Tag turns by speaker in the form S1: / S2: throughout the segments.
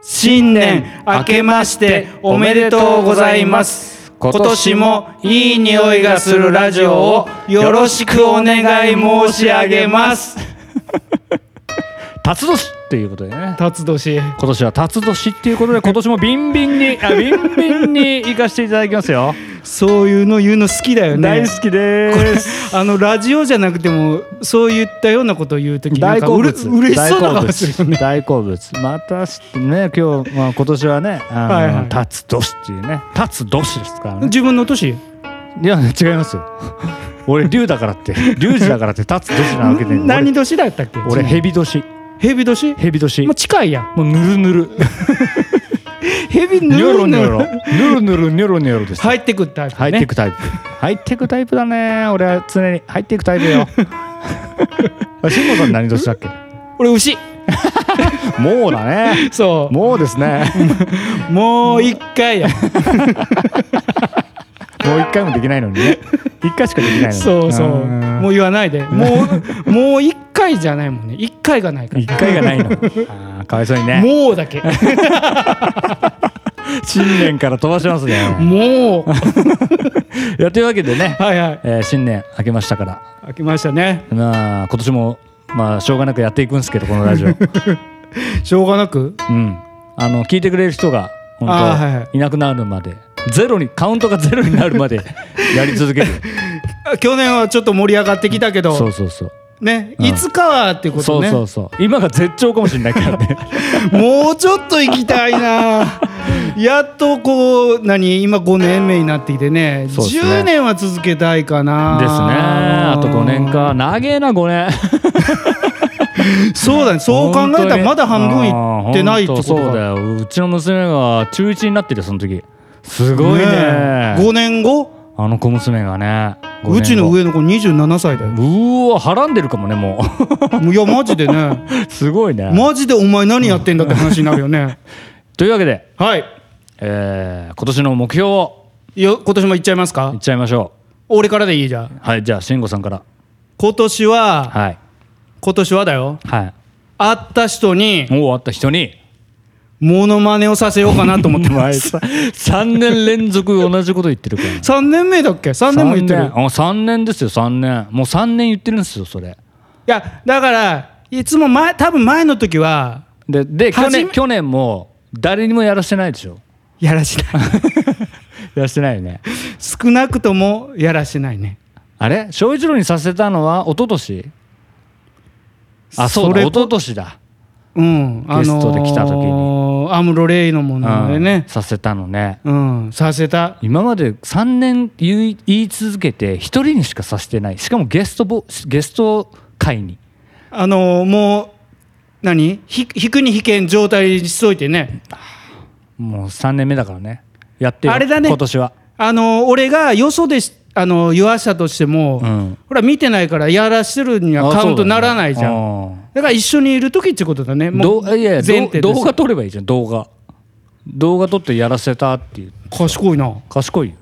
S1: 新年明けましておめでとうございます今年もいい匂いがするラジオをよろしくお願い申し上げます
S2: 辰年っていうことでね
S3: 辰年
S2: 今年は辰年っていう ことで今年もビンビンにあビンビンに行かせていただきますよ
S1: そういうの言うの好きだよね
S2: 大好きで
S1: これ
S2: す
S1: あのラジオじゃなくてもそういったようなことを言うときなん
S2: 大
S1: か
S2: 好
S1: うれ
S2: 物
S1: 嬉しそうな顔するよね
S2: 大好物大好物またしね今日、まあ、今年はねあの、
S1: はいはい
S2: 立つ年っていうね立つ年ですからね
S1: 自分の年
S2: いや違い ますよ俺龍だからって龍二だからって立つ年なわけで
S1: 何年だったっけ
S2: 俺俺蛇年
S1: 蛇年
S2: 蛇年
S1: もう近いやん
S2: もうぬるぬる
S1: 蛇
S2: ニ
S1: ぬ
S2: ョ
S1: る
S2: ロニ
S1: ぬ
S2: ョロ
S1: る
S2: ニョロニョロニョロニョロです
S1: 入ってくった
S2: 入っていくタイプ入っていくタイプだね俺は常に入っていくタイプ よ慎吾さん何年だっけ
S1: 俺牛
S2: もうだね
S1: そう
S2: もうですね
S1: もう一回や
S2: もう一回もできないのにね。一回しかできないのに。
S1: そうそう
S2: ーん
S1: もう言わないでもう もう一回じゃないもんね一回がないか
S2: 一
S1: ら
S2: 回がないの。あーかわいそうにね。
S1: もうだけ
S2: 新年から飛ばしますね。
S1: もう
S2: いやというわけでね、
S1: はいはい
S2: えー新年明けましたから、
S1: 開きましたね
S2: まあ今年もまあしょうがなくやっていくんですけどこのラジオ。
S1: しょうがなく
S2: うん。あの聞いてくれる人が本当、
S1: あーはい
S2: い
S1: はい
S2: なくなるまで。ゼロにカウントがゼロになる までやり続ける
S1: あ去年はちょっと盛り上がってきたけど
S2: そうそうそう、
S1: ね、
S2: うん
S1: いつかはっていうこ
S2: そ
S1: と
S2: う
S1: ね
S2: そうそう今が絶頂かもしれないから ね
S1: もうちょっと行きたい なやっとこう何今5年目になってきてね
S2: そうですね
S1: 10年は続けたいかな
S2: ですねあと5年か長えな5年
S1: そうだねそう考えたらまだ半分いってないって
S2: と
S1: こ
S2: そ
S1: と
S2: うだ
S1: か
S2: ようちの娘が中1になってるよその時すごいね
S1: 5年後
S2: あの小娘がね5年後
S1: うちの上の子27歳 だよ
S2: うーわはらんでるかもねも
S1: いやマジ でね
S2: うすごいね、
S1: マジでお前何やってんだって話になるよね
S2: というわけで、
S1: はい
S2: えー今年の目標を
S1: よ今年も行っちゃいますか
S2: いっちゃいましょ
S1: 俺からでいいじゃん
S2: うはいじゃあ慎吾さんから
S1: 今年は
S2: はい
S1: 今年はだよ
S2: はい
S1: 会った人に
S2: もう終わった人に
S1: モノマネをさせようかなと 思って
S2: お
S1: ま
S2: 前
S1: す
S2: さ3年連続同じこと言ってるから
S1: 3年目だっけ3年も言ってる
S2: 3年あ3年ですよ3年もう3年言ってるんですよそれ
S1: いやだからいつも前多分前の時は
S2: でで去
S1: 初め
S2: 年去年も誰にもやらしてないでしょ
S1: やらしない
S2: やらしてないよね
S1: 少なくともやらしないね
S2: あれ翔一郎にさせたのは一昨年あそう
S1: そ
S2: だ
S1: れ
S2: 一
S1: こ
S2: 昨年だ
S1: うん
S2: ゲストで来た時に
S1: アムロ・レイのもので
S2: うん
S1: ね、
S2: させたのね
S1: うんさせた
S2: 今まで3年言い言い続けて一人にしかさせてないしかもゲストボゲスト会に
S1: あのーもう何ひ引くに引けん状態にしといてね
S2: もう3年目だからねやってよ
S1: あれだね
S2: 今年は
S1: あのー俺がよそでしあのー言わしたとしても、
S2: うん
S1: ほら見てないからやらしてるには
S2: あ
S1: カウン
S2: そ
S1: ト
S2: う
S1: な
S2: だね
S1: らないじゃんだ,、
S2: うん
S1: から一緒にいる時ってことだねも
S2: ど
S1: う
S2: ういやいや
S1: 前提
S2: どう
S1: です
S2: 動画撮ればいいじゃん動画動画撮ってやらせたっていう
S1: 賢いな
S2: 賢いよ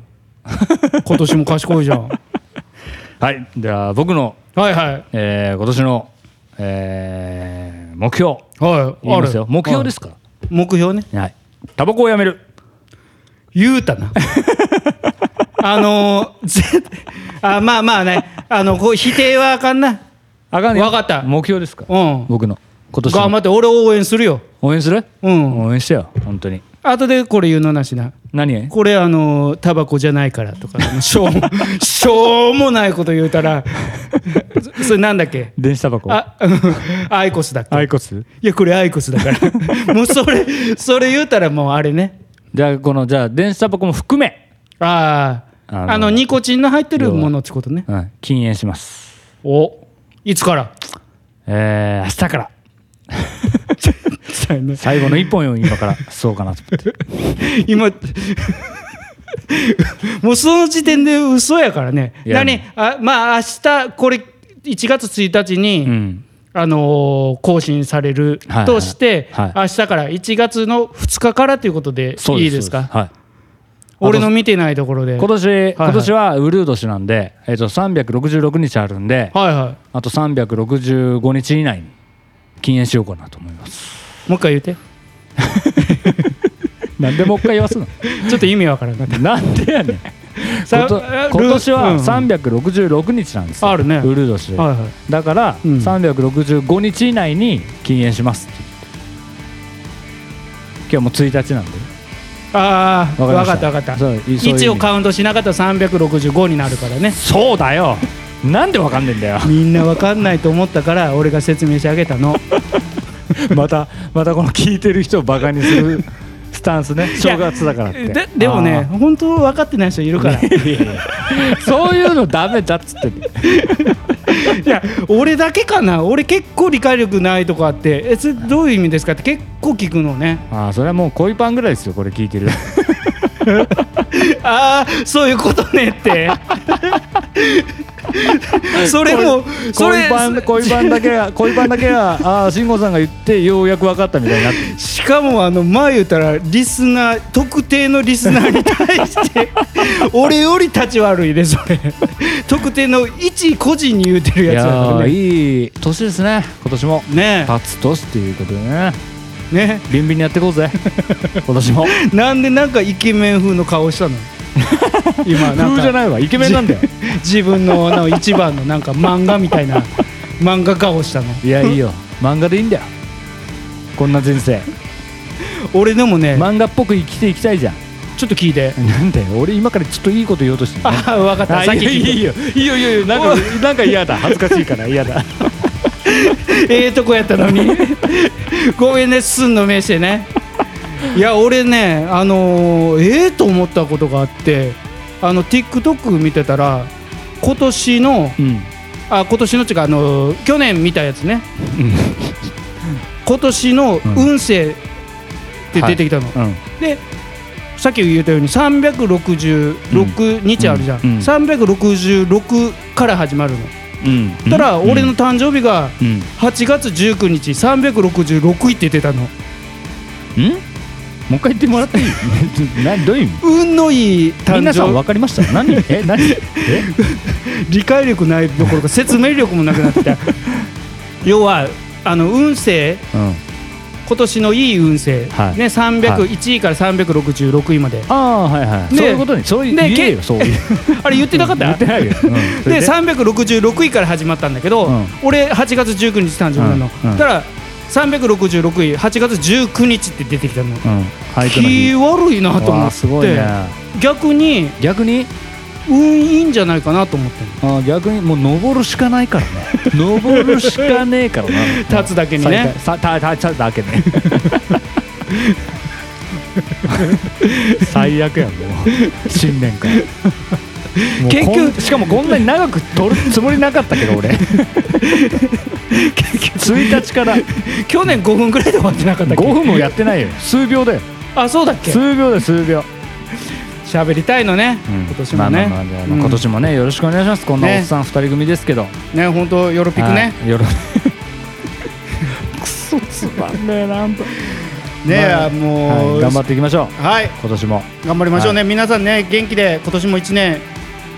S1: 今年も賢い じゃん
S2: はいじゃあ僕の、
S1: はいはい
S2: えー今年の、えー目標
S1: はい、。
S2: 言いますよ目標ですすか
S1: はい目標ね。
S2: はいタバコをやめる
S1: 言うた な。あのー、ぜあまあまあね、あのこう否定はあかんな。
S2: あかんね
S1: わかった
S2: 目標ですか
S1: うん。
S2: 僕の今年の
S1: 頑張って、俺を応援するよ。
S2: 応援する
S1: うん。
S2: 応援してよ本当に
S1: 後でこれ言うのなしな。
S2: 何
S1: これあのータバコじゃないからとか、しょう もしょうもないこと言うたら、そそれなんだっけ
S2: 電子タバコ
S1: あ、アイコスだっけ
S2: アイコス
S1: いや、これアイコスだ から。もうそれ、それ言うたらもうあれね。
S2: じゃあこのじゃあ電子タバコも含め、
S1: あ
S2: あの
S1: あ、あの、ニコチンの入ってるものってことね。
S2: うん、禁煙します
S1: おいつから
S2: えー、明日から
S1: そうやね
S2: 最後の一本を今 から吸おうかなと思って
S1: 今 もうその時点で嘘やからね
S2: いや
S1: 何あまあ明日これ1月1日に、
S2: うん
S1: あのー更新される
S2: はいはい
S1: として、
S2: はい
S1: 明日から1月の2日からということで
S2: そう
S1: いいですか
S2: そうはい
S1: 俺の見てないところで
S2: 今
S1: はい
S2: 年、
S1: はい
S2: 今年はウルー年なんで、えっと366日あるんで、
S1: は
S2: あと365日以内に禁煙しようかなと思います。
S1: いもう一回言うて
S2: なんでもう一回言わ すの
S1: ちょっと意味わからない
S2: なんでやねん
S1: さ
S2: こと
S1: え
S2: 今年
S1: ル
S2: は
S1: うん
S2: 366日なんですよ、
S1: あるね
S2: ウルー年で、
S1: はいはい
S2: だから
S1: うん
S2: 365日以内に禁煙しますって今日もう1日なんで
S1: ああ
S2: わかりま
S1: わ
S2: し
S1: か
S2: た
S1: ったわかった
S2: そうそういう意味
S1: 1をカウントしなかったら365になるからね
S2: そうだよなんでわかんねえんだよ
S1: みんなわかんないと思ったから俺が説明してあげたの
S2: またまたこの聞いてる人をバカにするスタンスね正月だからって
S1: ででもね本当分かってない人いるからい
S2: あーい やいやそういうのダメだっつってんの
S1: や俺だけかな俺結構理解力ないとかあってえそれどういう意味ですかって結構聞くのね
S2: ああそれはもう恋パンぐらいですよこれ聞いてる
S1: ああそういうことねって それもそれ
S2: 恋パン恋パンだけ が恋パンだけがああ慎吾さんが言ってようやく分かったみたいになってる
S1: しかもあの前言ったらリスナー特定のリスナーに対して 俺より立ち悪いでそれ特定の一個人に言うてる
S2: い
S1: やつだか
S2: や
S1: ら
S2: ー
S1: ね
S2: いい年ですね今年も
S1: ね
S2: パツ年っていうことでね
S1: えね
S2: ビンビンにやっていこうぜ今年 も
S1: えなんでなんかイケメン風の顔 したの今なん
S2: 風じゃ
S1: か
S2: ないわイケメンなんだよ
S1: 自分のあの一番のなんか漫画みたい な漫画顔したの
S2: いやいいよ漫画でいいんだよこんな人生
S1: 俺でもね、
S2: 漫画っぽく生きていきたいじゃん
S1: ちょっと聞いて
S2: なんだよ俺今からちょっといいこと言おうとしてるね
S1: ああ分かった
S2: あ
S1: さっき聞いて
S2: いよいいよいいよいいよなんか なんか嫌だ恥ずかしい から嫌だ
S1: ええとこやったのに ごめんねすんの目して ねいや俺ねあのーええと思ったことがあってあの TikTok 見てたら今年の
S2: うん
S1: あ今年のっていうかあのー去年見たやつね
S2: うん
S1: 今年の運勢って出てきたの、
S2: うん
S1: でさっき言ったように366日あるじゃん、
S2: うんうん
S1: 366から始まるの、
S2: うん
S1: たら俺の誕生日が
S2: うん
S1: 8月19日366位って出たの
S2: うんもう一回言ってもらっていいなどういう意味
S1: 運のいい誕
S2: 皆さん分
S1: 生
S2: かりました何え何え
S1: 理解力ないどころか説明力もなくな ってきた要はあの運勢
S2: うん
S1: 今年のいい運勢、
S2: はい
S1: ね、
S2: はい
S1: 301位から366位まで
S2: ああはいはい
S1: で
S2: そういうことにそういう
S1: で
S2: 言えよそういう
S1: あれ言ってなかった
S2: 言ってないようんそれ
S1: で366位から始まったんだけど、
S2: うん
S1: 俺8月19日誕生日なの、
S2: うんうん
S1: だから366位8月19日って出てきたの
S2: うん俳句の
S1: 気
S2: 日
S1: 悪いなと思
S2: わあ
S1: っ
S2: すごい
S1: て、
S2: ね
S1: 逆に
S2: 逆に
S1: 運いいんじゃないかなと思ってる
S2: あ逆にもう登るしかない からね登るしかねえからな
S1: 立つだけにね
S2: さたた立つだけね最悪やんもう新年からもう
S1: 結
S2: こん
S1: 局
S2: しかもこんなに長く取るつもりなかったけど俺1日から
S1: 去年5分ぐらいで終わってなかったっ
S2: 5
S1: け
S2: 分もやってないよ数秒だよ
S1: あそうだっけ
S2: 数秒だよ数秒、
S1: 喋りたいのね、今年もね、
S2: まあまあまあまあ今年もねよろしくお願いしますこんなおっさん2人組ですけど、
S1: うんね本当ヨロピクね
S2: はいよろくそつまんねえなんと、
S1: ね、
S2: まあ
S1: も
S2: は
S1: う、
S2: い、頑張っていきましょう
S1: はい
S2: 今年も
S1: 頑張りましょうね、皆さんね元気で今年も1年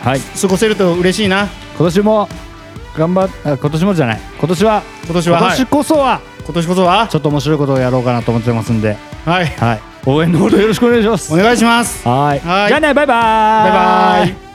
S2: はい
S1: 過ごせると嬉しいな
S2: 今年も頑張っあ今年もじゃない今年は
S1: 今年は
S2: 今年こそは
S1: はい今年こそは
S2: ちょっと面白いことをやろうかなと思ってますんで、
S1: はい
S2: はい、応援のほどよろしくお願いします
S1: お願いします
S2: はい
S1: はい
S2: じゃあねバイバーイ
S1: バイバイ